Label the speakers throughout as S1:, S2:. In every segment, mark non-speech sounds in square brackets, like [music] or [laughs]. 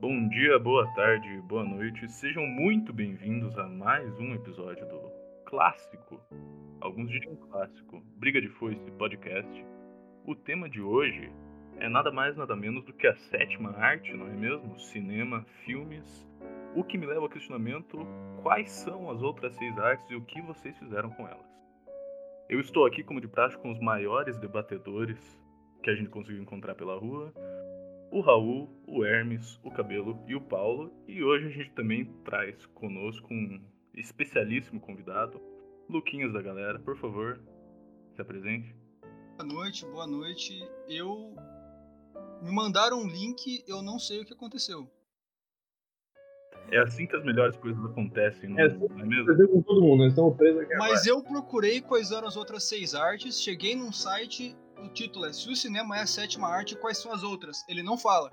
S1: Bom dia, boa tarde, boa noite. Sejam muito bem-vindos a mais um episódio do clássico, alguns diriam clássico, Briga de Foice podcast. O tema de hoje é nada mais nada menos do que a sétima arte, não é mesmo? Cinema, filmes. O que me leva ao questionamento: quais são as outras seis artes e o que vocês fizeram com elas? Eu estou aqui, como de prática, com os maiores debatedores que a gente conseguiu encontrar pela rua o Raul, o Hermes, o Cabelo e o Paulo. E hoje a gente também traz conosco um especialíssimo convidado, Luquinhas da galera. Por favor, se apresente.
S2: Boa noite, boa noite. Eu. Me mandaram um link, eu não sei o que aconteceu.
S1: É assim que as melhores coisas acontecem, não
S3: É
S1: é,
S3: assim.
S1: não é mesmo?
S3: fazer com todo mundo, eles estão presos aqui agora.
S2: Mas eu procurei quais eram as outras seis artes, cheguei num site, o título é Se o cinema é a sétima arte, quais são as outras? Ele não fala.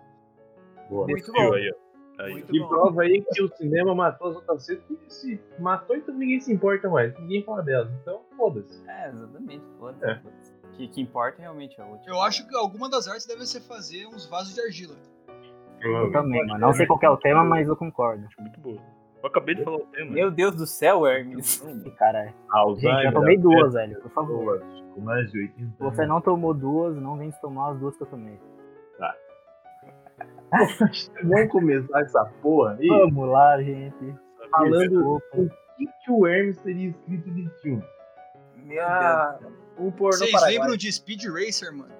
S3: Boa.
S4: Muito
S1: Viu
S4: bom.
S1: aí, ó. Aí, ó.
S4: Muito
S3: E
S4: bom.
S3: prova aí que o cinema matou as outras seis, porque se matou, então ninguém se importa mais, ninguém fala delas, então foda-se.
S4: É, exatamente, foda-se. foda-se. O que, que importa realmente é o último.
S2: Eu acho que alguma das artes deve ser fazer uns vasos de argila.
S4: Eu também, mano. Não sei qual que é o tema, mas eu concordo.
S1: Acho Muito boa. Eu acabei de falar o tema.
S4: Meu Deus do céu, Hermes. Caralho.
S5: Ah,
S4: Gente, já
S5: Alzheimer,
S4: tomei duas, velho. Por favor.
S5: pessoas com mais de 80
S4: Se você não tomou duas, não vem se tomar as duas que eu tomei.
S5: Vamos começar essa porra aí
S4: Vamos lá, gente.
S3: Falando
S4: Desculpa.
S3: o que, que o Hermes teria escrito de filme.
S4: Meu
S3: Ah, um pornô
S2: Vocês
S3: paraguaio.
S2: lembram de Speed Racer, mano?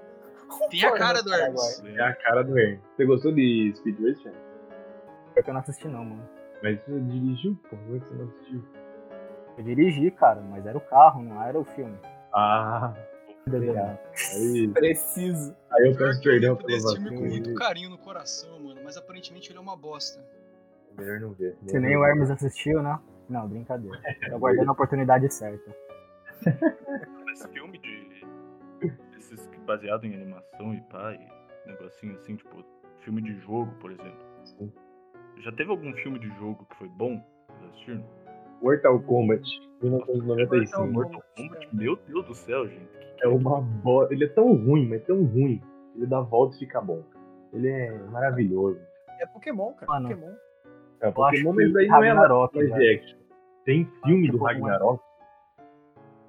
S2: Tem a cara do Hermes.
S3: É a cara do Hermes. Você gostou de Speed Racer?
S4: Deus. Pior que eu não assisti, não, mano.
S3: Mas você dirigiu, pô, como é que você não assistiu?
S4: Eu dirigi, cara, mas era o carro, não era o filme.
S3: Ah,
S4: Obrigado.
S3: aí,
S4: Preciso.
S3: aí eu
S2: Pior
S3: peço
S2: que eu
S3: perdão
S2: lembro
S3: pelo
S2: desse filme com muito
S3: vacilo.
S2: carinho no coração, mano, mas aparentemente ele é uma bosta.
S3: Melhor não ver.
S4: Se nem o Hermes assistiu, né? Não, brincadeira. Tô aguardando a oportunidade certa.
S1: Esse filme de. Esses que baseado em animação e pá, e negocinho assim, tipo, filme de jogo, por exemplo.
S3: Sim.
S1: Já teve algum filme de jogo que foi bom? Vocês assistiram?
S3: Mortal Kombat,
S1: Mortal
S3: 1995.
S1: Kombat? Meu Deus do céu, gente.
S3: É uma bosta. Ele é tão ruim, mas tão ruim. Ele dá volta e fica bom. Ele é maravilhoso.
S6: É Pokémon, cara.
S4: Mano.
S6: Pokémon.
S3: É,
S4: Eu acho
S3: Pokémon,
S4: que
S3: mas aí não é
S4: Ragnarok, né?
S3: live
S4: velho.
S3: action. Tem filme
S4: Ah,
S3: do
S4: tipo,
S3: Ragnarok.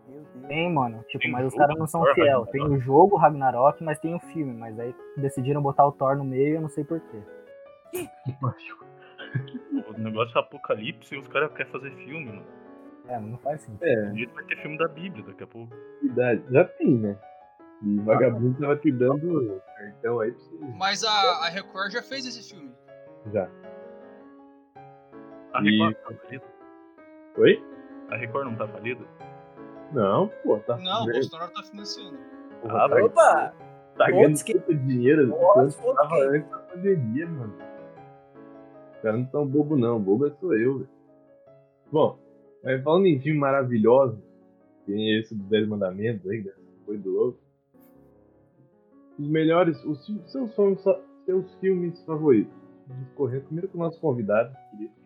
S6: Meu Deus.
S4: Tem, mano. Tipo,
S1: Tem
S4: mas os
S1: jogo
S4: caras não são
S1: Thor,
S4: fiel.
S1: Ragnarok?
S4: Tem o jogo Ragnarok, mas tem o filme. Mas aí decidiram botar o Thor no meio, eu não sei porquê.
S1: O negócio é apocalipse e os caras querem fazer filme, mano.
S4: É, não faz sentido.
S3: É,
S1: A gente vai ter filme da Bíblia daqui a pouco.
S3: verdade. Já tem, né? E
S4: Ah.
S3: o vagabundo tava te dando cartão aí pra você.
S2: Mas a, a Record já fez esse filme.
S3: Já.
S1: A
S3: E-
S1: Record não tá falida?
S3: Oi?
S1: A Record não tá falida?
S3: Não, pô, tá.
S2: Não, o Bolsonaro tá financiando.
S3: porra,
S1: Ah,
S3: tá,
S6: Opa!
S3: tá ganhando
S6: outros que-
S3: tanto dinheiro
S6: Outros
S3: quanto tava
S6: que-
S3: antes da pandemia, mano. Os caras não tão bobo não, bobo sou eu, velho. Bom, mas falando em filme maravilhoso, tem esse dos Dez Mandamentos aí, dessa coisa do louco. Os melhores, os fi- seus filmes, fa- seus filmes favoritos. Discorrer primeiro com o nosso convidado, querido.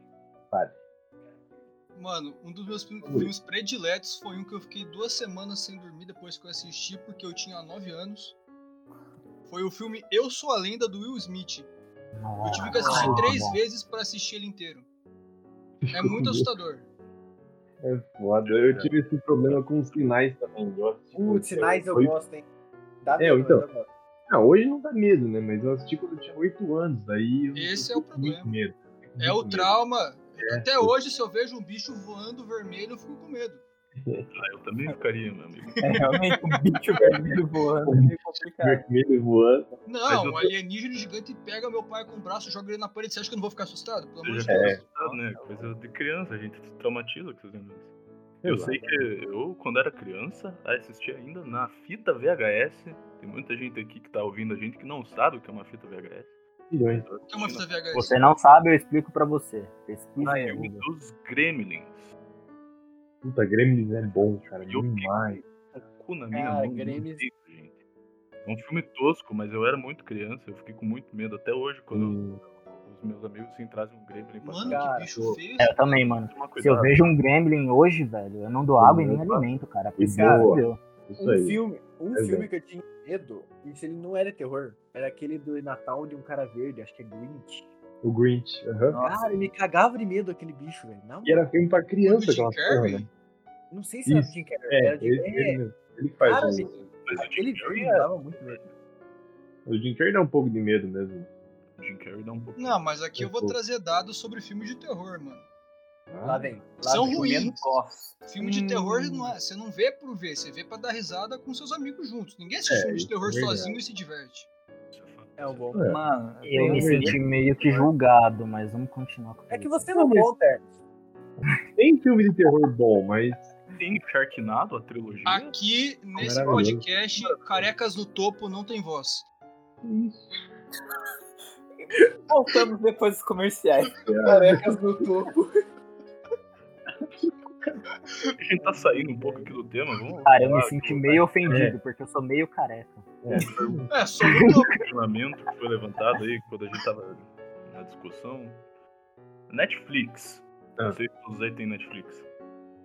S2: Mano, um dos meus fi-
S3: Ui.
S2: filmes prediletos foi um que eu fiquei duas semanas sem dormir depois que eu assisti, porque eu tinha 9 anos. Foi o filme Eu Sou a Lenda do Will Smith. Eu tive que assistir
S4: Nossa.
S2: três vezes pra assistir ele inteiro. É muito assustador.
S3: É foda. Eu tive esse problema com os sinais também. Eu assisti quando
S6: Putz,
S3: tinha
S6: sinais é eu
S3: oito-
S6: gosto, hein? Dá
S3: né?
S6: né,
S3: É, então.
S6: mas eu gosto.
S3: Não, hoje não dá medo, né? Mas eu assisti quando eu tinha 8 anos, daí eu
S2: Esse
S3: eu
S2: é o
S3: fico muito
S2: problema.
S3: medo. É,
S2: É o
S3: trauma.
S2: trauma. Até hoje, se eu vejo um bicho voando vermelho, eu fico com medo.
S1: Ah, eu também ficaria, meu amigo.
S4: É realmente um bicho vermelho voando.
S7: [laughs]
S4: é meio complicado.
S3: Vermelho voando.
S1: Mas
S2: Não,
S1: eu
S2: um alienígena gigante pega meu pai com o braço, joga ele na parede. Você acha que eu não vou ficar assustado? Pelo amor
S1: Eu
S2: de
S1: já
S2: Deus.
S1: fiquei assustado, né? Coisa de criança, a gente se traumatiza com esses negócios. Eu sei que eu, quando era criança, assistia ainda na fita VHS. Tem muita gente aqui que tá ouvindo a gente que não sabe o que é uma fita VHS.
S3: Milhões.
S1: Eu
S2: O que é uma fita
S1: assisti
S2: VHS?
S4: Você não sabe, eu explico pra você. Pesquisa
S3: Ah,
S1: na
S3: é,
S4: aí,
S1: Um filme
S4: Google.
S1: dos Gremlins.
S3: Puta, Gremlins é bom, cara.
S1: E eu fiquei
S3: Demais.
S1: com o cu na minha
S6: Cara,
S1: mão. não
S6: Gremlins-
S1: sei, gente. É um filme tosco, mas eu era muito criança, eu fiquei com muito medo. Até hoje, quando
S3: Hum,
S1: os meus amigos assim, trazem um Gremlin pra
S2: Mano,
S1: casa,
S6: Cara,
S2: que bicho feio.
S4: É, eu também, mano.
S1: toma
S4: Se eu
S1: cuidado.
S4: vejo um gremlin hoje, velho, eu não dou água e nem alimento, cara. Porque
S3: tá? Boa.
S4: fudeu.
S3: Isso
S6: Um
S3: aí.
S6: filme, um
S3: É
S6: filme que eu tinha medo, isso ele não era terror, era aquele do Natal de um cara verde, acho que é Grinch.
S3: O Grinch. aham.
S6: Cara, eu me cagava de medo daquele bicho, velho. Não,
S3: E era filme pra criança
S2: Do
S3: aquela
S2: Jim
S3: porra,
S2: Carrey?
S3: né?
S6: não sei se era
S3: Isso.
S6: Jim Carrey.
S3: É,
S6: era Jim
S3: ele,
S6: Carrey.
S3: ele mesmo. Ele que faz
S6: Cara, assim,
S3: isso.
S1: Mas o
S6: Aquele
S1: Jim
S6: filme
S1: Carrey,
S3: é
S1: é,
S6: me dava muito medo.
S3: O Jim Carrey dá um pouco de medo mesmo.
S1: o Jim Carrey dá um pouco.
S2: Não, mas aqui eu vou
S3: Pô.
S2: trazer dados sobre filme de terror, mano.
S3: Ah,
S6: Lá vem. Lá
S2: São
S6: vem,
S2: ruins.
S6: comendo pós.
S2: Filme de terror não é, você não vê por ver, você vê pra dar risada com seus amigos juntos. Ninguém assiste
S3: É,
S2: filme de
S3: isso
S2: terror
S3: é verdade.
S2: sozinho e se diverte.
S6: É um bom.
S3: É.
S6: Mano,
S4: Eu
S6: tem
S4: me
S6: um-
S4: senti meio que julgado, mas vamos continuar com
S6: É que
S4: isso.
S6: você não conta. é.
S3: Tem filme de terror bom,
S6: [laughs]
S3: mas
S1: Tem Sharknado, a trilogia.
S2: Ah, Aqui, nesse
S3: Maravilhoso.
S2: podcast, carecas no topo não tem voz.
S7: Voltamos depois dos comerciais.
S3: é.
S6: Carecas no topo.
S1: A gente [laughs] tá saindo um pouco aqui do tema, vamos lá.
S4: Cara, eu me
S1: Ah,
S4: senti
S1: do-
S4: meio
S6: É.
S4: ofendido, porque eu sou meio careca.
S2: É, só no topo.
S1: do lamento que foi levantado aí quando a gente tava na discussão. Netflix.
S3: Ah.
S1: Não sei se todos aí têm Netflix.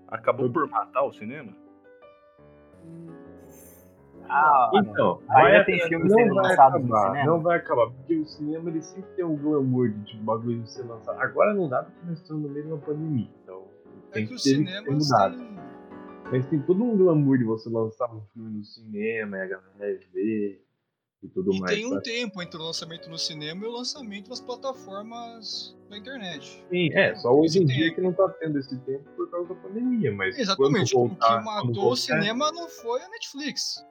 S1: Acabou por matar o cinema?
S4: Ah,
S3: [laughs] Então,
S4: Ainda
S3: vai-
S4: tem filme sendo
S3: não vai
S4: lançado no
S3: acabar,
S4: cinema?
S3: não vai acabar, porque o cinema ele sempre tem um glamour de tipo, bagulho de ser lançado. Agora não dá porque nós estamos no meio de uma pandemia, então
S2: É
S3: tem
S2: que
S3: que
S2: os
S3: ter que ser
S2: cinemas
S3: mudado.
S2: têm.
S3: Mas tem todo um glamour de você lançar um filme no cinema, e a galera ver e tudo
S2: E
S3: mais.
S2: tem um
S3: sabe?
S2: tempo entre o lançamento no cinema e o lançamento nas plataformas da internet.
S3: Sim, é, só hoje em
S2: Tem.
S3: dia que não tá tendo esse tempo por causa da pandemia, mas
S2: Exatamente.
S3: quando voltar,
S2: o que
S3: quando
S2: matou
S3: voltar,
S2: o cinema não foi a Netflix.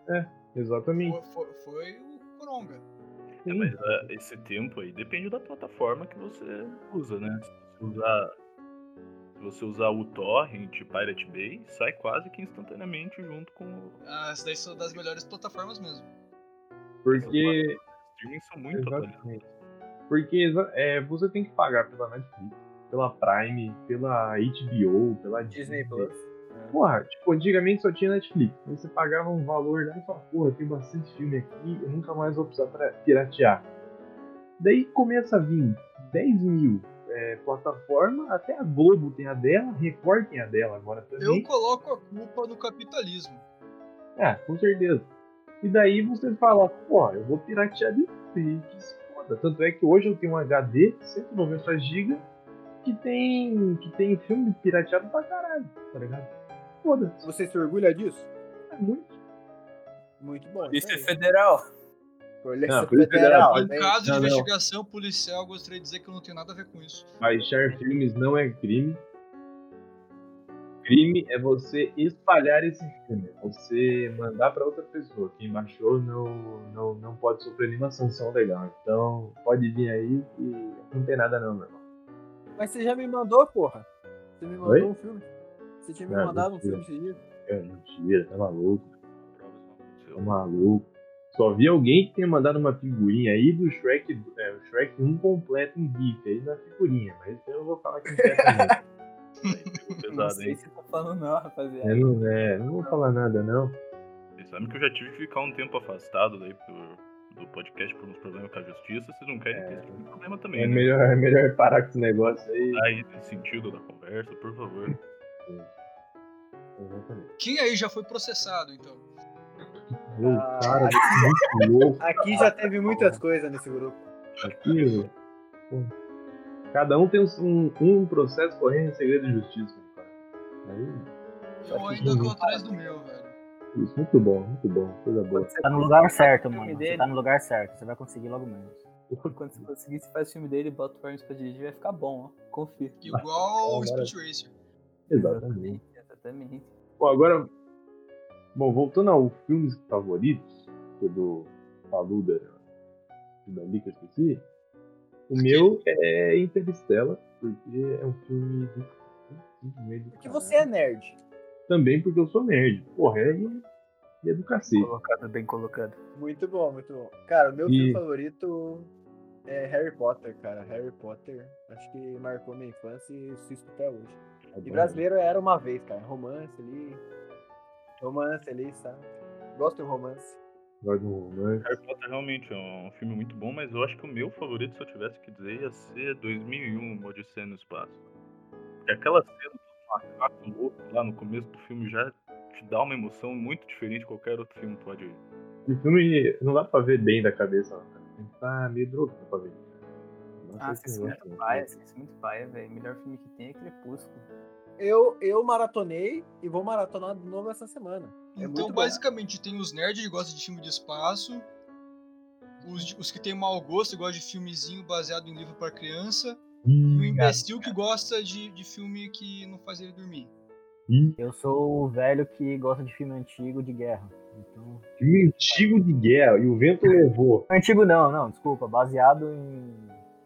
S3: Exatamente.
S2: Foi, foi- foi o Coronga.
S1: É, mas ah, esse tempo aí depende da plataforma que você usa, né? Se você usar, se você usar o Torrent, Pirate Bay, sai quase que instantaneamente junto com o
S2: As Ah, daí são das melhores plataformas mesmo.
S3: Porque
S1: streaming, são muito
S3: Exatamente.
S1: atualizados.
S3: Porque exa- é, você tem que pagar pela Netflix, pela Prime, pela HBO, pela
S6: Disney Plus.
S3: Porra, tipo, antigamente só tinha Netflix. Aí você pagava um valor lá e falava, porra, tem bastante filme aqui, eu nunca mais vou precisar pra piratear. Daí começa a vir 10 mil é, plataforma, até a Globo tem a dela, Record tem a dela agora
S2: Eu
S3: também.
S2: coloco a culpa no capitalismo.
S3: Ah, com certeza. E daí você fala, porra, eu vou piratear de free, que se foda. Tanto é que hoje eu tenho um HD, 190 GB, que tem, que tem filme pirateado pra caralho, tá ligado? Foda-se,
S6: Você se orgulha disso?
S3: é muito.
S6: Muito bom.
S7: Isso é
S6: aí.
S7: federal.
S6: Polícia
S3: Não, Polícia
S6: Federal.
S4: Ah,
S3: Federal.
S2: Em
S6: né?
S2: Um caso de
S3: não, não.
S2: investigação policial, gostaria de dizer que eu não tenho nada a ver com isso.
S3: Baixar filmes não é crime. Crime é você espalhar esse filme, é você mandar pra outra pessoa. Quem baixou não, não, não pode sofrer nenhuma sanção legal. Então pode vir aí que não tem nada não, meu irmão.
S6: Mas você já me mandou, porra. Você me mandou
S3: Oi?
S6: um filme. Você tinha me
S3: Não,
S6: mandado um
S3: mentira.
S6: filme esse dia.
S3: É mentira, tá maluco,
S1: Provas não aconteceu.
S3: [laughs] tá maluco. Só vi alguém que tenha mandado uma figurinha aí do Shrek, é, o Shrek 1 completo em GIF aí na figurinha, mas eu não vou falar que é também.
S1: Pegou
S7: Não
S1: pesado,
S7: sei
S1: hein?
S7: se tá falando não, rapaziada.
S3: Eu não, [laughs] é, não vou falar nada não.
S1: Vocês sabem que eu já tive que ficar um tempo afastado daí por- do podcast por uns problemas com a justiça. Vocês não querem ter esse tipo de problema também,
S3: É
S1: né?
S3: melhor, é melhor parar com esse negócio aí.
S1: Aí, nesse sentido da conversa, por favor.
S3: Exatamente.
S2: Quem aí já foi processado, então?
S3: Meu,
S6: Ah,
S3: cara, que muito louco
S6: Aqui já teve muitas coisas nesse grupo.
S3: aquilo. Pô. Cada um tem um, um processo correndo em segredo de justiça, cara. Aí,
S2: Eu ainda tô atrás do meu, velho.
S3: isso, muito bom, muito bom, coisa boa.
S7: Quando você,
S4: Tá no lugar certo,
S7: filme
S4: mano. Você
S7: dele.
S4: tá no lugar certo. Você vai conseguir logo menos.
S7: quando você conseguir, você faz o filme dele, bota o Torrent pra dirigir, vai ficar bom, ó. Confia.
S2: Igual o
S3: Agora-
S2: Speed Racer.
S3: Exatamente.
S7: Exatamente.
S3: Bom, agora. Bom, voltando ao filmes favoritos, que é do Falu da da ali que é eu esqueci. O meu é Interstellar, porque é um filme do. simplesmente do
S6: Porque
S3: caralho.
S6: você é nerd.
S3: Também porque eu sou nerd. Porra, é, é do cacete.
S4: tá
S7: Colocado, bem colocado.
S6: Muito bom, muito bom. Cara, o meu
S3: E-
S6: filme favorito é Harry Potter, cara. Harry Potter, acho que marcou minha infância e assisto até hoje. E brasileiro era uma vez, cara. Romance ali. Romance ali, sabe? Gosto de romance.
S3: Gosto de um romance.
S1: Harry Potter realmente é um filme muito bom, mas eu acho que o meu favorito, se eu tivesse que dizer, ia ser 2001, Uma um, Odisseia no Espaço. Porque aquela cena do macaco louco lá no começo do filme já te dá uma emoção muito diferente de qualquer outro filme que pode ir.
S3: Esse filme não dá pra ver bem da cabeça, não, cara. Tem assim. que tá meio drogado pra ver. Não Não
S7: Ah,
S3: sei
S7: esse
S3: se
S7: filme é
S3: gosta.
S7: muito paia, esse filme é muito paia, velho. O melhor filme que tem é Crepúsculo.
S6: Eu, eu maratonei e vou maratonar de novo essa semana. É muito
S2: então,
S6: bom.
S2: basicamente, tem os nerds que gostam de filme de espaço, os, de- os que tem mau gosto e gostam de filmezinho baseado em livro pra criança, e o
S3: Ih,
S2: imbecil que gosta de, de filme que não faz ele dormir.
S4: Eu sou o velho que gosta de filme antigo de guerra. Então...
S3: Filme antigo de guerra e o vento levou.
S4: Antigo não, não, desculpa. Baseado em.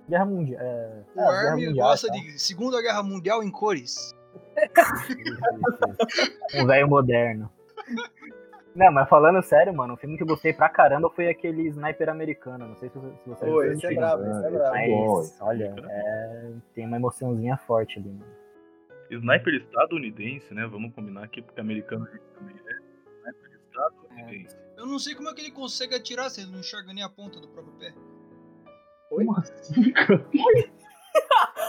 S4: Guerra Mundial. É...
S2: O
S4: é, Guerra
S2: Armin
S4: Mundial,
S2: gosta
S4: tá?
S2: de Segunda Guerra Mundial em cores.
S4: Um velho moderno. Não, mas falando sério, mano, o filme que eu gostei pra caramba foi aquele Sniper americano. Não sei se você- se vocês
S6: Pô,
S4: viram
S6: esse é
S4: filme,
S6: brabo, esse é
S3: Ah,
S6: brabo.
S4: Mas,
S3: bom, esse
S4: olha, é, tem uma emoçãozinha forte ali. mano.
S1: Sniper estadunidense, né? Vamos combinar aqui, porque americano a gente também é. Sniper estadunidense.
S2: Eu não sei como é que ele consegue atirar se ele não enxerga nem a ponta do próprio pé.
S3: Como assim, cara?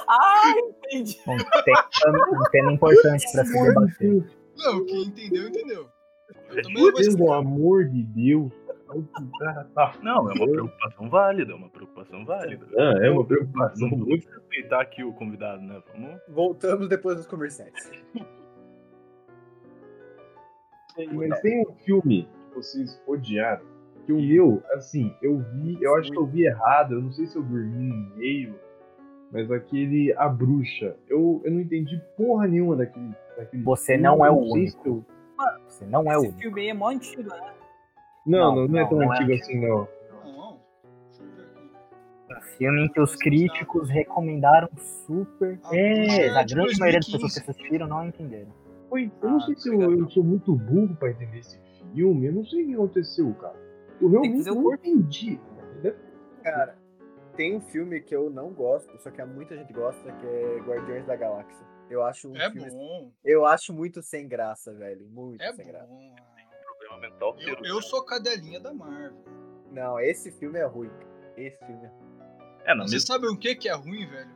S7: Ah, entendi.
S4: Bom, tem um tema importante pra se debater.
S2: Não, quem entendeu, entendeu. Eu também não vou
S3: Pelo
S2: explicar.
S3: amor de Deus.
S6: é
S3: O cara tá.
S1: Não, é uma preocupação válida, é uma preocupação válida.
S3: Ah, é uma
S1: Não
S3: preocupação muito.
S1: vamos respeitar aqui o convidado, né? Vamos.
S6: Voltamos depois dos comerciais.
S3: Mas tem um filme que vocês odiaram. Que o meu, assim, eu vi, eu acho que eu vi errado, eu não sei se eu dormi no meio, mas aquele A Bruxa. Eu, eu não entendi porra nenhuma daquele. daquele
S4: Você
S3: filme,
S4: não é
S3: eu
S4: o
S3: sei se eu-
S4: Você não é o
S7: Esse
S4: único.
S7: filme aí é mó antigo, né?
S3: Não, não, não,
S4: Não,
S3: é tão
S4: não é
S3: antigo
S4: antigo.
S3: assim, não.
S2: Não, deixa eu ver aqui.
S4: Um filme em que os críticos recomendaram super.
S2: Ah,
S4: É,
S2: puxa,
S4: a
S2: de
S4: grande maioria das pessoas
S2: 2015.
S4: que assistiram não entenderam.
S3: Foi, eu não
S7: Ah,
S3: sei se
S4: tá
S3: eu,
S7: legal.
S3: eu sou muito burro pra entender esse filme, eu não sei o que aconteceu, cara. Eu realmente
S7: fazer o
S3: não
S7: curso.
S4: [laughs]
S3: entendi. Deve
S6: Cara, tem um filme que eu não gosto, só que há muita gente gosta, que é Guardiões da Galáxia. Eu acho um
S2: É
S6: filme.
S2: bom,
S6: Eu acho muito sem graça, velho. Muito
S2: é
S6: sem graça.
S2: bom.
S1: Problema mental
S2: Eu,
S1: cedo.
S2: eu sou cadelinha da Marvel.
S6: Não, esse filme é ruim. cara. Esse filme é ruim.
S1: É, na
S2: Vocês
S1: mesma.
S2: sabem o que que é ruim, velho?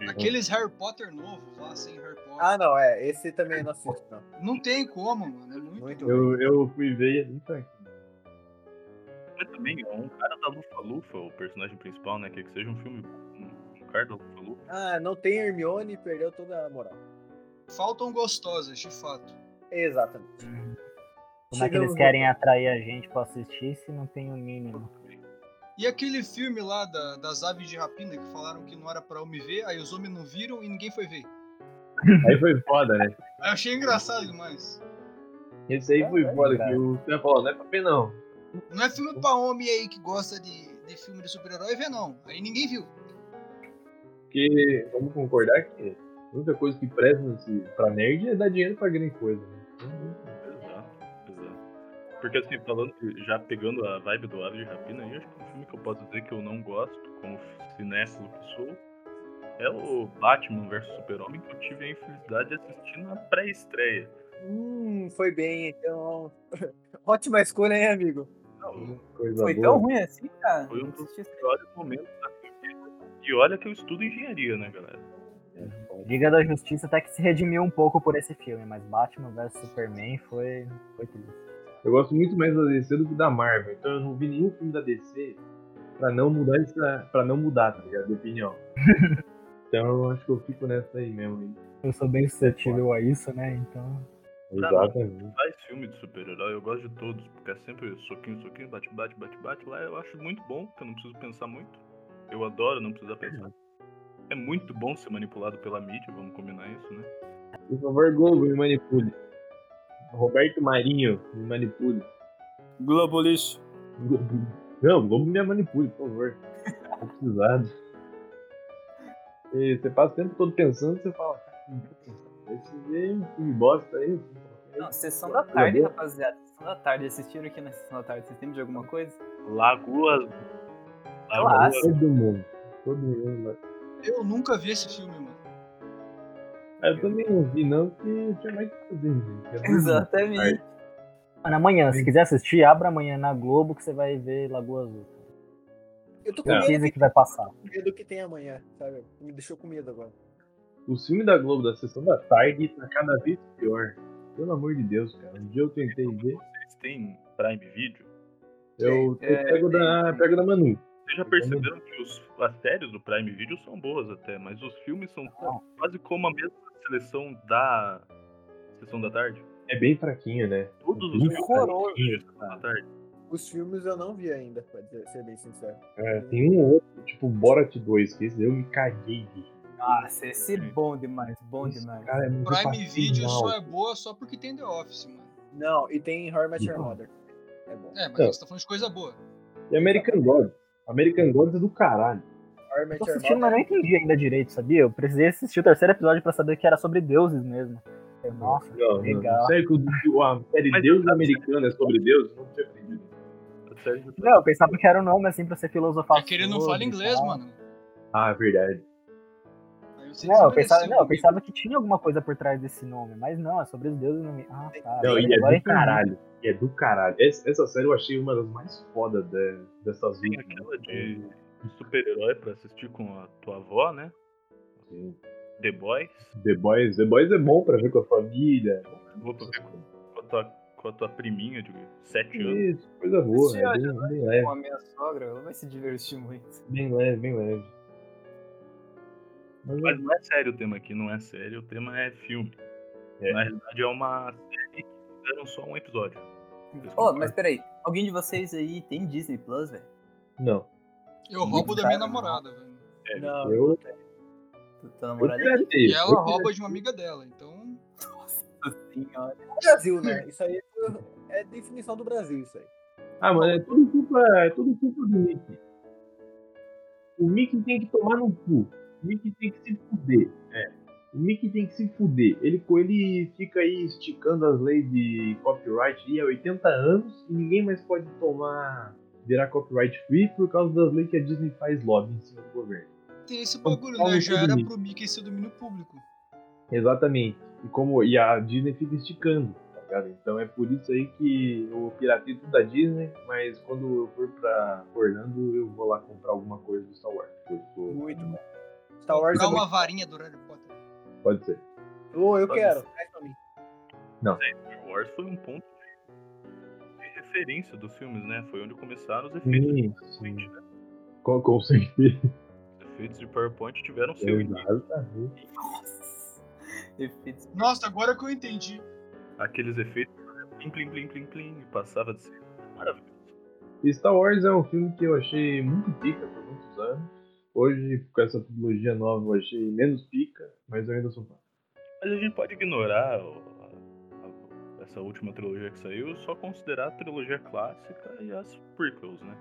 S1: Hum.
S2: Aqueles Harry Potter novos lá, sem Harry Potter.
S6: Ah, não, é. Esse também eu não assisto, não.
S2: Não tem como, mano. É muito.
S6: Muito ruim.
S3: Eu, eu fui ver isso aqui.
S1: Mas também, ó, um cara da Lufa Lufa, o personagem principal, né? Quer que seja um filme. Um, um cara da Lufa Lufa.
S6: Ah, não tem Hermione, perdeu toda a moral.
S2: Faltam gostosas, de fato.
S6: Exatamente.
S4: Como é que
S6: Chegamos
S4: eles querem atrair a gente pra assistir se não tem o mínimo?
S2: E aquele filme lá da- das aves de rapina que falaram que não era pra homem ver, aí os homens não viram e ninguém foi ver.
S3: Aí foi foda, né?
S2: Aí eu achei engraçado demais.
S3: Esse aí foi
S4: É, é
S3: foda, que
S4: verdade.
S3: o cara falou, não é pra ver não.
S2: Não é filme pra homem aí que gosta de, de filme de super-herói ver, não. Aí ninguém viu.
S3: Porque vamos concordar que a única coisa que presta nesse- pra nerd é dar dinheiro pra grande coisa. né?
S1: Exato, exato. Porque assim, falando, já pegando a vibe do Ave de Rapina, aí acho que um filme que eu posso dizer que eu não gosto, como cinéfilo que sou, é o Batman vs Super-Homem, que eu tive a infelicidade de assistir na pré-estreia.
S6: Hum, foi bem, então. [laughs] Ótima escolha, hein, amigo?
S1: Não,
S3: Coisa
S7: Foi
S3: boa.
S7: tão ruim assim, cara.
S1: Foi um
S7: Não assisti esse-
S1: piores momentos da minha vida. E olha que eu estudo engenharia, né, galera?
S4: Liga da Justiça até que se redimiu um pouco por esse filme, mas Batman vs Superman foi, foi triste.
S3: Eu gosto muito mais da DC do que da Marvel, então eu não vi nenhum filme da DC pra não mudar essa. pra não mudar, tá ligado? De
S7: [laughs]
S3: opinião. então eu acho que eu fico nessa aí mesmo. hein?
S4: Eu sou bem suscetível a isso, né? Então.
S7: Tá
S3: Exatamente.
S1: Faz filme de super-herói, eu gosto de todos, porque é sempre soquinho, soquinho, bate, bate, bate, bate. Lá eu acho muito bom, porque eu não preciso pensar muito. Eu adoro não precisar pensar. É muito bom ser manipulado pela mídia, vamos combinar isso, né?
S3: Por favor, Globo, me manipule. Roberto Marinho, me manipule.
S7: Globo lixo.
S3: Globo. Não, Globo me manipule, por favor. Tô precisado. E você passa o tempo todo pensando, você fala, "Cara, esse é um filme bosta aí.
S7: Não, sessão da tarde, rapaziada. Sessão da tarde. Assistiram aqui na sessão da tarde? Vocês lembram de alguma coisa?
S1: Lagoas. Lagoas.
S7: Clássico.
S3: Todo mundo. Todo mundo. né?
S2: Eu nunca vi esse filme, mano.
S3: Eu também não vi, não, porque eu tinha mais o que fazer, gente.
S7: Exatamente.
S4: Mano, amanhã, se quiser assistir, abra amanhã na Globo que você vai ver Lagoa Azul.
S6: Eu
S4: É.
S6: tô com medo,
S4: Certeza que vai passar.
S6: com medo que tem amanhã, sabe? Me deixou com medo agora.
S3: um, O filme da Globo da sessão da tarde tá cada vez pior. Pelo amor de Deus, cara. Um dia eu tentei ver.
S1: Vocês têm Prime Video?
S3: Eu, eu
S7: É,
S3: pego,
S7: tem,
S3: da,
S7: tem.
S3: pego da Manu.
S1: Vocês já perceberam que os- as séries do Prime Video são boas até, mas os filmes são quase como a mesma seleção da Sessão da Tarde.
S3: É bem fraquinho, né?
S1: Todos os
S3: Bem
S1: filmes
S3: horroroso.
S1: são da Sessão da Tarde.
S6: Os filmes eu não vi ainda, pra dizer- ser bem sincero.
S3: É, tem um outro, tipo Borat 2, que esse eu me caguei. bicho.
S7: Nossa, esse é bom demais, bom demais.
S3: Cara, é muito
S2: Prime Video
S3: mal.
S2: só é boa só porque tem The Office, mano.
S6: Não, e tem Horror
S3: tipo,
S6: Match Your Mother. É bom.
S2: É, mas
S3: Não.
S2: você tá falando de coisa boa.
S3: E American Gods. American Gods é do caralho.
S6: Horror
S4: Tô
S6: Match Your
S4: assistindo, mas
S6: Mother.
S4: não entendi ainda direito, sabia? Eu precisei assistir o terceiro episódio pra saber que era sobre deuses mesmo.
S7: É,
S4: Eu, Nossa,
S3: Não, não.
S4: legal.
S3: Sério que o- a série
S1: Mas-
S3: Deus Americana é sobre Deus? Não tinha aprendido.
S1: A série do
S4: Não, eu pensava que
S7: um
S4: era o nome assim pra você filosofar.
S2: É que ele não
S4: sobre
S2: fala
S4: e
S2: inglês,
S4: tal.
S2: mano.
S3: Ah, é verdade.
S2: Aí você
S4: Não, eu pensava,
S2: desmereceu
S6: assim,
S4: não, eu
S2: comigo.
S4: pensava que tinha alguma coisa por trás desse nome, mas não, é sobre os deuses não me. Ah, tá.
S3: Não, e é
S4: Agora
S3: do
S4: entendi.
S3: caralho. E é do caralho. Essa, essa série eu achei uma das mais fodas de- dessas
S1: tem
S3: últimas. né?
S1: aquela de de um super-herói pra assistir com a tua avó, né?
S3: Sim.
S1: The Boys.
S3: The Boys. The Boys é bom pra ver com a família.
S1: Vou pra ver com com a tua, com a tua priminha de 7 anos.
S3: Isso, coisa boa.
S7: Sim,
S3: É
S7: olha,
S3: bem, bem leve,
S7: Com a minha sogra, ela vai se divertir muito.
S3: bem leve, bem leve. Mas
S1: Mas não é sério o tema aqui, não é sério. O tema é filme.
S3: É.
S1: Na realidade, é uma série que fizeram só um episódio.
S7: Ô, mas peraí, alguém de vocês aí tem Disney Plus, velho?
S3: não.
S2: Eu roubo da minha namorada, velho.
S6: Não,
S3: Eu,
S7: Tu- Tua
S3: eu
S7: namorada é
S3: piratei.
S2: E
S3: eu
S2: ela rouba de uma amiga dela, então.
S7: senhora.
S6: Brasil, né? Isso aí é definição do Brasil, isso aí.
S3: Ah, mano, é tudo culpa, é tudo culpa do Mickey. O Mickey tem que tomar no cu. O Mickey tem que se fuder. O Mickey tem que se fuder. Ele, co- ele fica aí esticando as leis de copyright e há 80 anos e ninguém mais pode tomar, virar copyright free por causa das leis que a Disney faz lobby em cima do governo.
S2: Tem esse bagulho,
S3: Paulo
S2: né? Já era
S3: Figueiredo.
S2: pro Mickey ser domínio público.
S3: Exatamente. E como e a Disney fica esticando, tá ligado? Então é por isso aí que eu piratei tudo da Disney, mas quando eu for pra Orlando, eu vou lá comprar alguma coisa do Star Wars. porque eu sou-
S6: Muito bom. Star Wars é
S2: Dá
S6: muito...
S2: uma varinha do Harry Potter.
S3: Pode ser.
S6: Ô, eu
S1: Pode
S6: quero. Traz pra mim.
S1: Star Wars foi um ponto de referência dos filmes, né? Foi onde começaram os efeitos de
S3: Sim,
S1: PowerPoint, né?
S3: Com, com certeza.
S1: Os efeitos de PowerPoint tiveram seu início.
S3: Exatamente.
S7: Nossa. Efeitos.
S2: Nossa, agora que eu entendi.
S1: Aqueles efeitos né? plim, plim, plim, plim, plim, e passava de ser maravilhoso.
S3: Star Wars é um filme que eu achei muito pica por muitos anos. Hoje, com essa trilogia nova, eu achei menos pica, mas eu ainda sou fã.
S1: Mas a gente pode ignorar o- a- a- essa última trilogia que saiu, só considerar a trilogia clássica e as prequels, né?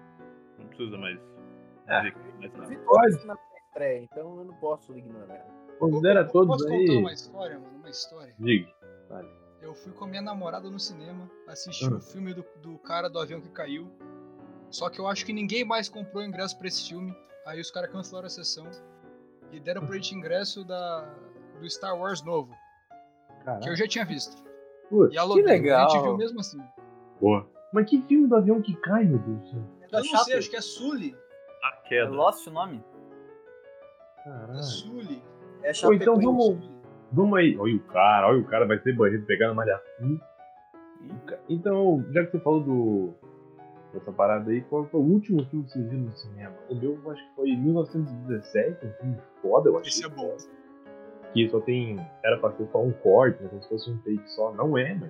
S1: Não precisa mais dizer que mais nada.
S6: Vi todos na estreia, então eu não posso ignorar.
S3: Considera
S2: Eu- eu-
S3: todos
S2: Posso contar
S3: aí.
S2: uma história, mano? Uma história.
S3: Diga.
S2: Eu fui com a minha namorada no cinema, assisti o filme do, do cara do avião que caiu. Só que eu acho que ninguém mais comprou ingresso pra esse filme. Aí os caras cancelaram a sessão e deram pra gente ingresso da, do Star Wars novo, que eu
S3: Caralho.
S2: já tinha visto.
S3: Putz,
S2: E aluguei, a gente
S7: legal.
S2: viu mesmo assim.
S3: Boa. Mas que filme do avião que cai, meu Deus do céu?
S2: Eu não sei,
S6: Chaplin.
S2: acho que é Sully.
S1: A
S7: É
S1: queda.
S7: Lost o nome?
S2: É
S3: Caralho.
S2: Sully.
S6: É
S2: Tá
S3: Ah. Ou então
S6: Chapecoense.
S3: vamos- Vamos aí. Olha o cara, olha o cara, vai ser banheiro pegando malhação.
S7: Ih,
S3: Então, já que você falou do. dessa parada aí, qual foi o último filme que você viu no cinema? O meu, eu acho que foi em 1917, um filme foda, eu achei.
S2: Esse é bom.
S3: Que só tem. Era pra ser só um corte, né, como se fosse um take só. Não é, mas.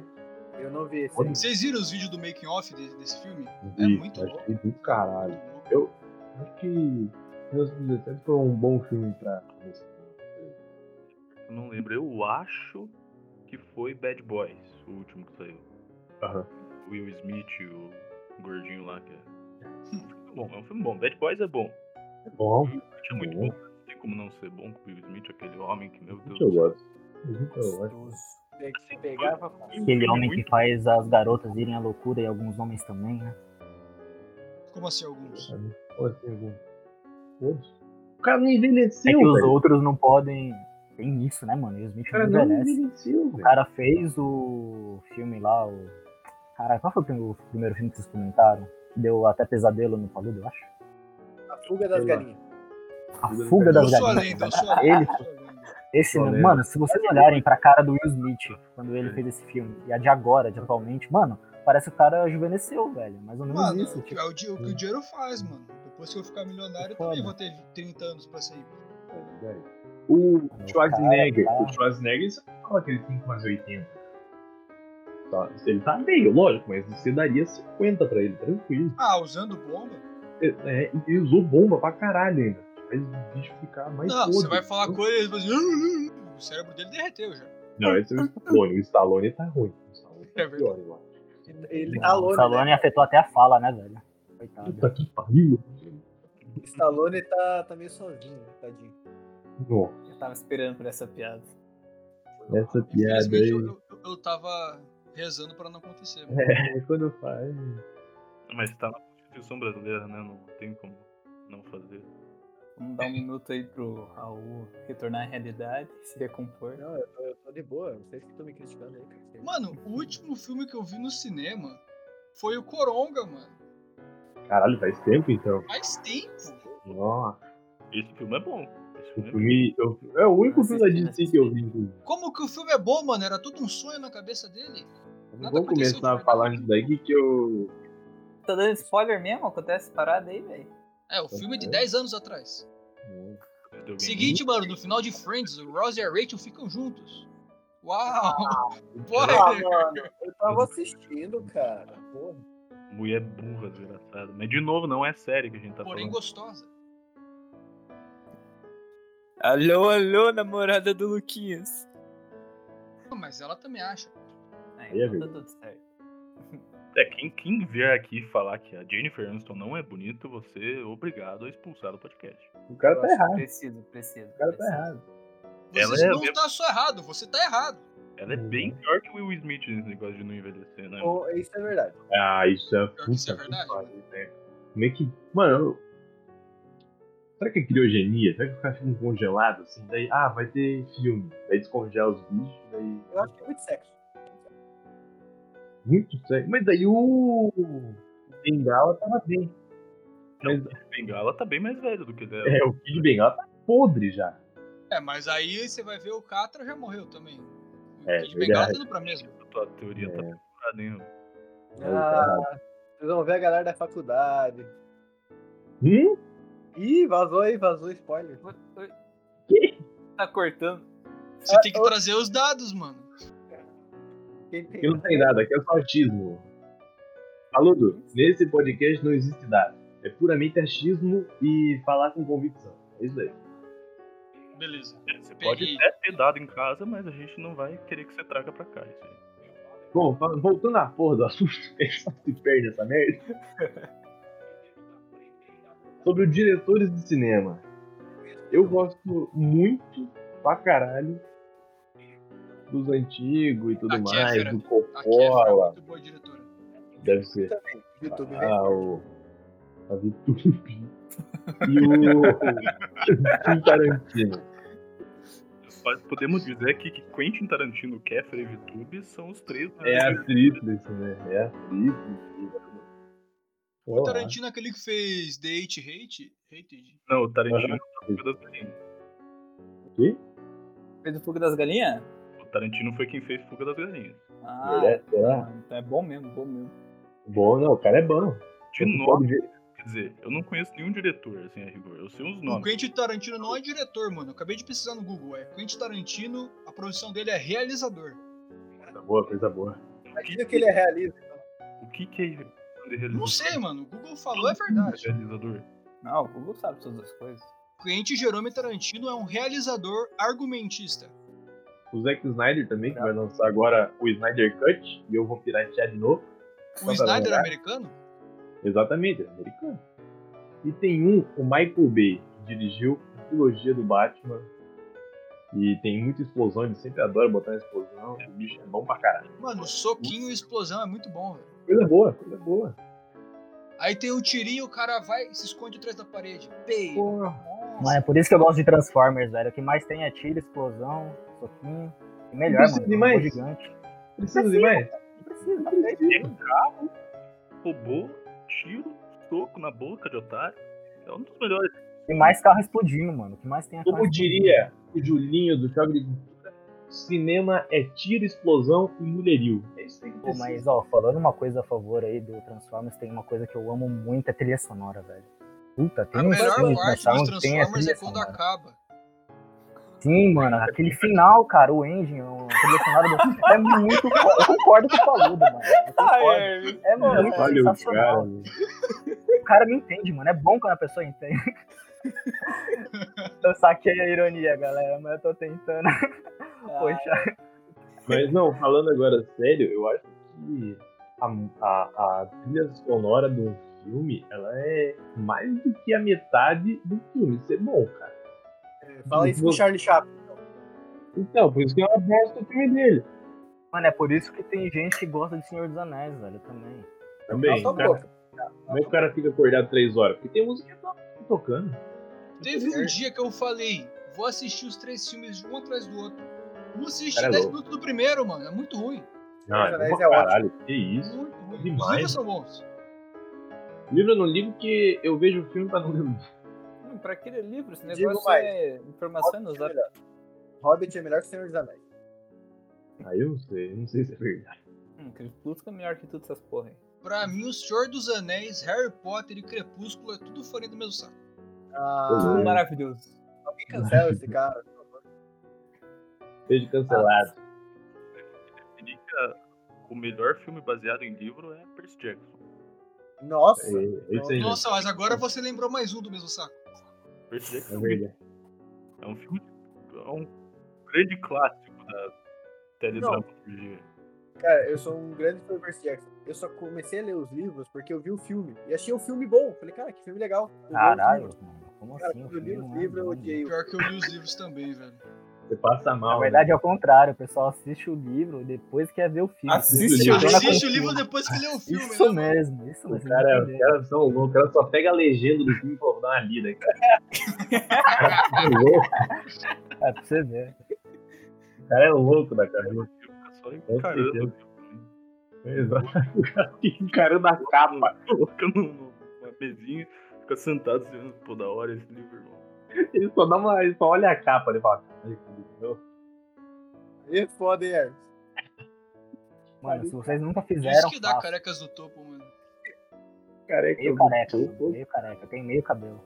S6: Eu não vi esse.
S3: Olha,
S2: Vocês viram os vídeos do making off desse, desse filme? É
S3: vi,
S2: muito
S3: achei
S2: louco.
S3: do caralho.
S2: Muito louco.
S3: Acho que 1917 foi um bom filme pra começar.
S1: Eu não lembro. Eu acho que foi Bad Boys, o último que saiu.
S3: Aham.
S1: O Will Smith, o gordinho lá que é. É um filme bom, é um filme bom. Bad Boys é bom.
S3: É bom.
S1: É muito
S4: Uhum.
S1: bom. Não tem como não ser bom com o Will Smith, aquele homem que, meu
S3: O
S1: Deus
S3: que eu
S1: do céu.
S3: gosto. O que eu gosto.
S7: gostoso.
S6: Tem que pegar pra falar.
S4: Aquele homem que
S1: Muito-
S4: faz as garotas irem à loucura e alguns homens também, né?
S2: Como assim alguns?
S3: Ou assim, algum- Todos. O cara não envelheceu,
S4: É que os
S3: velho.
S4: outros não podem. Tem isso, né, mano? E os
S3: O
S4: Smith
S3: cara
S4: não
S3: não
S4: envelhece.
S3: envelheceu,
S4: O
S3: velho.
S4: cara fez o filme lá, o. Caralho, qual foi o prim- o primeiro filme que vocês comentaram? Que Deu até pesadelo no Paludo, eu acho.
S6: A fuga das
S3: Sei lá.
S6: galinhas.
S4: A Fuga
S2: Eu
S4: das
S2: sou a
S4: Galinhas.
S2: lenda, eu sou
S3: [laughs]
S2: a
S4: Ele-
S2: lenda. eu sou a lenda.
S4: Esse,
S3: Eu
S4: mano,
S3: lembro.
S4: mano, se vocês olharem pra cara do Will Smith quando ele fez esse filme, e a de agora, de atualmente, mano, parece que o cara juvenesceu, velho. Mais ou menos
S2: Mano,
S4: isso.
S2: é o que
S4: Tipo,
S2: é o di- o que o dinheiro faz, mano. Depois que eu ficar milionário, eu também vou ter 30 anos pra sair.
S3: O Schwarzenegger. O Schwarzenegger, você não fala que ele tem quase 80. Tá, se ele tá meio, lógico, mas você daria 50 pra ele, tranquilo.
S2: Ah, usando bomba?
S3: É, é, ele usou bomba pra caralho ainda. Faz o bicho ficar mais
S2: Não,
S3: podre.
S2: você vai falar com ele tipo assim, e vai dizer. O cérebro dele derreteu já.
S3: Não, esse é o Stallone. O Stallone tá ruim. O Stallone tá
S2: É verdade.
S3: pior, eu acho.
S6: Ele,
S4: o
S6: Stallone, né?
S4: Stallone afetou até a fala, né, velho? Coitado.
S3: Puta que pariu.
S6: Stallone tá, tá meio sozinho, tadinho.
S3: Nossa,
S7: Eu tava esperando por essa piada.
S3: essa piada
S2: Infelizmente,
S3: aí.
S2: eu, eu, eu tava rezando pra não acontecer.
S3: É, quando faz.
S1: Mas tá na Constituição Brasileira, né? Não tem como não fazer.
S7: Vamos dar um minuto aí pro Raul retornar à realidade, se recompor.
S6: Não, eu tô, eu tô de boa, vocês que estão me criticando aí, cara.
S2: Mano, o último filme que eu vi no cinema foi o Coronga, mano.
S3: Caralho, faz tempo então.
S2: Faz tempo.
S3: Nossa.
S1: Esse filme é bom. Esse
S3: O
S1: filme é bom.
S3: filme- eu- é o único filme da
S7: Assisti,
S3: DC que
S2: é
S3: eu vi. inclusive.
S2: Como que o filme é bom, mano? Era tudo um sonho na cabeça dele.
S3: Não
S2: Nada
S3: vou
S2: aconteceu
S3: começar a
S2: de
S3: falar
S2: verdade.
S3: disso daqui que eu.
S7: Tá dando spoiler mesmo? Acontece essa parada aí, velho?
S2: É, o filme é de 10 anos atrás.
S1: Deu alguém-
S2: Seguinte, mano, no final de Friends, o Ross e a Rachel ficam juntos. Uau! [laughs]
S6: Ah,
S2: Spoiler!
S6: mano, eu
S4: Uhum.
S6: tava assistindo, cara. Porra.
S1: Mulher burra, desgraçada. Mas de novo, não é série que a gente tá
S2: Porém
S1: falando.
S2: gostosa.
S7: Alô, alô, namorada do Luquinhas.
S2: Mas ela também acha.
S7: Aí,
S3: Aí é
S7: então tá tudo certo.
S1: É, quem, quem vier aqui falar que a Jennifer Aniston não é bonita, você é obrigado a expulsar do podcast.
S3: O cara
S7: Eu
S3: tá
S7: acho-
S3: errado.
S7: Preciso, preciso.
S3: O cara tá
S7: preciso.
S3: errado.
S1: Ela
S2: Você
S1: é
S2: não
S1: mesmo.
S2: tá só errado, você tá errado.
S1: Ela é
S3: Uhum.
S1: bem pior que o Will Smith nesse negócio de não envelhecer, né?
S6: Bom, isso é verdade.
S3: Ah, isso é.
S2: Pior que isso é
S3: puta
S2: verdade,
S3: que pariu, né? Como é que. Mano. eu- Será que é criogenia? Será que os caras ficam congelados assim? Daí, ah, vai ter filme. Daí descongela os bichos, daí.
S6: Eu acho que é muito sexo.
S3: Muito sério. Mas daí o. o Bengala tava bem.
S1: Não, o Kid Bengala tá bem mais velho do que ele era.
S3: É, o Kid Bengala tá podre já.
S2: É, mas aí você vai ver o Catra já morreu também. O
S3: É,
S2: Kid Bengala
S3: verdade.
S2: tá indo pra mesma.
S1: A tua teoria tá
S3: É.
S1: procurada, hein? Raul?
S6: Ah, vocês vão ver a galera da faculdade.
S3: Hum?
S6: Ih, vazou aí, vazou spoiler.
S7: Oi, oi. Tá cortando.
S2: Você
S6: Ah,
S2: tem que
S6: eu-
S2: trazer os dados, mano.
S6: Quem tem?
S3: Aqui não tem nada, aqui é só achismo. Aluno, nesse podcast não existe nada. É puramente achismo e falar com convicção. É isso aí.
S2: Beleza.
S1: É, Você pode
S2: Peguei.
S1: até ter dado em casa, mas a gente não vai querer que você traga pra cá isso aí.
S3: Bom, fa- voltando à porra do assunto, [laughs] a gente só se perde essa merda. Sobre os diretores de cinema. Eu gosto muito pra caralho dos antigos e tudo
S2: A
S3: mais,
S2: Kéfera.
S3: do
S2: A Kefra é
S3: Coppola,
S2: muito boa diretora.
S3: deve ser.
S6: YouTube vem.
S3: Ah, o. A Vitube. E o. [laughs] Tim Tarantino.
S1: Mas podemos dizer que que Quentin Tarantino, Kefra e Vitube são os três. né?
S3: É a tríplice, né? É a tríplice.
S2: O Tarantino é aquele que fez Date Hate? Hated?
S1: Não, o Tarantino
S3: Uhum.
S1: não tá das galinhas.
S7: Fez o fogo das galinhas?
S1: O Tarantino foi quem fez Fuga das Galinhas.
S7: Ah,
S3: Ele é- será?
S7: então é bom mesmo, bom mesmo.
S3: Bom, não, o cara é bom.
S1: De
S3: Você
S1: novo,
S3: pode ver.
S1: quer dizer, eu não conheço nenhum diretor, assim, a rigor. Eu sei os
S2: O
S1: nomes.
S2: Quentin Tarantino não é diretor, mano. Eu acabei de pesquisar no Google. É Quentin Tarantino, a profissão dele é realizador.
S3: Coisa boa, coisa boa.
S6: Imagina que ele é realista.
S1: O que que é de realizador?
S2: Não sei, mano. O Google falou, é verdade.
S1: Realizador.
S7: Não, o Google sabe todas as coisas.
S2: Quentin Jerome Tarantino é um realizador argumentista.
S3: O Zack Snyder também,
S6: É.
S3: que vai lançar agora o Snyder Cut, e eu vou piratear de novo.
S2: O
S3: Tá
S2: Snyder
S3: bom.
S2: americano?
S3: Exatamente, ele é americano. E tem um, o Michael Bay, que dirigiu a trilogia do Batman. E tem muita explosão, ele sempre adora botar explosão. O bicho é bom pra caralho.
S2: Mano, soquinho e explosão é muito bom, velho.
S3: Coisa boa, coisa boa.
S2: Aí tem um tirinho, o cara vai e se esconde atrás da parede. Pei.
S3: Porra.
S4: Mas é por isso que eu gosto de Transformers, velho. O que mais tem é tiro, explosão, soquinho. E melhor,
S3: Precisa
S4: mano.
S3: de
S4: robô
S3: mais?
S4: gigante.
S3: Precisa de mais?
S4: Não precisa, tá
S1: Roubou, tiro, soco na boca de otário. É um dos melhores.
S4: Tem mais carro explodindo, mano. O que mais tem é carro
S3: Como
S4: explodindo.
S3: diria o Julinho do Chá Agricultura, cinema é tiro, explosão e mulherio. É isso aí. que
S4: Pô,
S3: precisa.
S4: mas, ó, falando uma coisa a favor aí do Transformers, tem uma coisa que eu amo muito, é trilha sonora, velho. Puta, tem
S2: A
S4: uns
S2: melhor
S4: filmes na
S2: parte dos
S4: Sound que um tem a
S2: Transformers é
S4: trilha
S2: quando
S4: sonora.
S2: acaba.
S4: Sim, mano, aquele final, cara, o Engine, o trilha sonora do... É muito... fo- Eu concordo com o Paludo, mano. Eu concordo. É muito
S3: Olha o
S4: sensacional.
S3: cara.
S4: O cara me entende, mano. É bom quando a pessoa [laughs] entende. Eu saquei a ironia, galera, mas eu tô tentando.
S6: Ah,
S7: Ah,
S4: Poxa.
S3: Mas não, falando agora sério, eu acho que a, a, a trilha sonora de um filme, ela é mais do que a metade do filme. Isso é bom, cara.
S6: É, Fala isso pro Charlie Chaplin.
S3: Então, por isso que eu aposto o filme dele.
S4: Mano, é por isso que tem gente que gosta de Senhor dos Anéis, velho, também.
S3: Também.
S6: Cala
S3: O
S6: a
S3: cara,
S6: boca.
S3: como é que o cara fica acordado três horas? Porque tem música que tá tocando.
S2: Teve um dia que eu falei, vou assistir os três filmes de um atrás do outro. Não assisti
S3: Cara, é
S2: 10
S3: louco.
S2: minutos do primeiro, mano. É muito ruim.
S3: Não, é
S6: Mas
S3: bom
S6: é
S3: pra caralho. Que isso.
S2: Muito ruim. Os
S3: Demais.
S2: livros são bons.
S3: Livro eu não ligo porque eu vejo o filme pra não lembrar.
S7: Hum, pra aquele livro, esse
S6: Digo
S7: negócio
S6: mais.
S7: é informação inusável.
S6: Hobbit é melhor que Senhor dos Anéis.
S3: Aí eu não sei, eu não sei se é verdade.
S7: Hum, Crepúsculo é melhor que tudo essas porra aí.
S2: Pra mim, O Senhor dos Anéis, Harry Potter e Crepúsculo é tudo farinha do mesmo saco.
S4: é.
S6: Ah,
S7: Tudo
S3: Hum.
S7: maravilhoso.
S6: alguém cancela esse cara.
S3: Seja cancelado.
S1: Indica o melhor filme baseado em livro é Percy Jackson.
S6: Nossa.
S3: É, é isso aí, né?
S2: Nossa, mas agora você lembrou mais um do mesmo saco.
S1: Percy Jackson
S3: É verdade.
S1: é um filme, é um grande clássico da teledramaturgia.
S6: Cara, eu sou um grande fã do Percy Jackson. Eu só comecei a ler os livros porque eu vi o filme. E achei o filme bom. Falei, cara, que filme legal. Eu li os
S4: Caralho,
S6: livros.
S4: mano. Como
S6: Cara,
S4: assim? O
S6: quando eu li
S4: filme
S6: os
S4: não é
S7: um
S6: livros, eu
S4: bom,
S6: odiei.
S2: Pior que eu li os livros também, velho.
S3: Você passa
S4: mano. Na
S3: mal.
S4: verdade é o contrário, o pessoal assiste o livro, depois quer ver o filme.
S7: Assiste
S3: o
S4: Funciona com
S2: Assiste o livro depois que lê o filme,
S4: Isso
S2: né?
S4: mesmo, isso mesmo.
S3: O cara, os caras são loucos, o cara só pega a legenda do filme e fala, "Vou dar uma lida. né, Cara.
S4: [laughs]
S3: O cara é louco,
S4: É pra você ver.
S3: o cara é louco da cabeça.
S1: O filme fica só encarando o filme,
S3: [laughs] Exato. O cara fica encarando a capa.
S1: [laughs] colocando numa mesinha, fica sentado olhando, pô, da hora esse livro, irmão.
S3: Ele só, dá uma, ele só olha a capa e fala, "Caralho, que livro."
S6: E é foda, hein, Hermes?
S4: Mano, se vocês nunca
S2: Isso
S4: fizeram,
S2: que dá
S4: façam.
S2: carecas do topo, mano.
S3: careca.
S4: meio
S3: do
S4: careca,
S3: topo.
S4: meio careca, tem meio cabelo.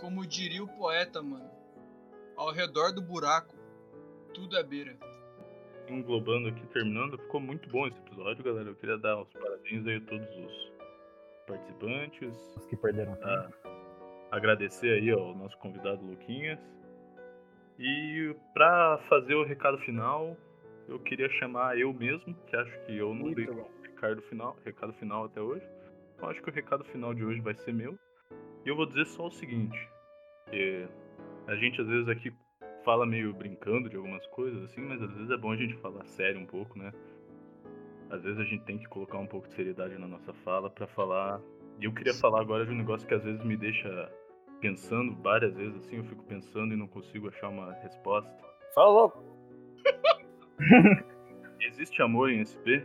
S2: Como diria o poeta, mano. Ao redor do buraco, tudo é beira.
S1: Englobando aqui, terminando, ficou muito bom esse episódio, galera. Eu queria dar os parabéns aí a todos os participantes.
S4: Os que perderam tempo.
S1: Ah, agradecer aí ao nosso convidado Luquinhas. E para fazer o recado final, eu queria chamar eu mesmo, que acho que eu não
S6: Muito
S1: dei
S6: bom.
S1: recado final, recado final até hoje. Então acho que o recado final de hoje vai ser meu. E eu vou dizer só o seguinte, que a gente às vezes aqui fala meio brincando de algumas coisas assim, mas às vezes é bom a gente falar sério um pouco, né? Às vezes a gente tem que colocar um pouco de seriedade na nossa fala para falar e eu queria falar agora de um negócio que às vezes me deixa pensando, várias vezes assim, eu fico pensando e não consigo achar uma resposta.
S7: Fala louco.
S1: [laughs] Existe amor em SP?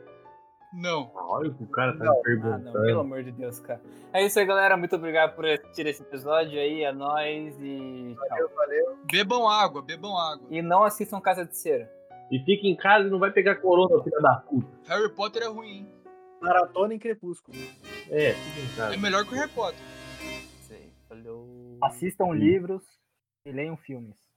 S2: Não.
S3: Olha o que o cara tá
S6: Não,
S7: Ah, não, pelo
S3: perguntando.
S7: amor de Deus, cara. É isso aí, galera. Muito obrigado por assistir esse episódio aí. É nóis e tchau.
S6: Valeu, valeu.
S2: Bebam água, bebam água.
S7: E não assistam Casa de Cera.
S3: e fica em casa e não vai pegar corona, filha da puta.
S2: Harry Potter é ruim, hein?
S6: Maratona em Crepúsculo.
S3: É, fica em
S2: É
S3: casa.
S2: melhor que o Harry Potter.
S7: Isso aí. Falou.
S4: Assistam livros e leiam filmes.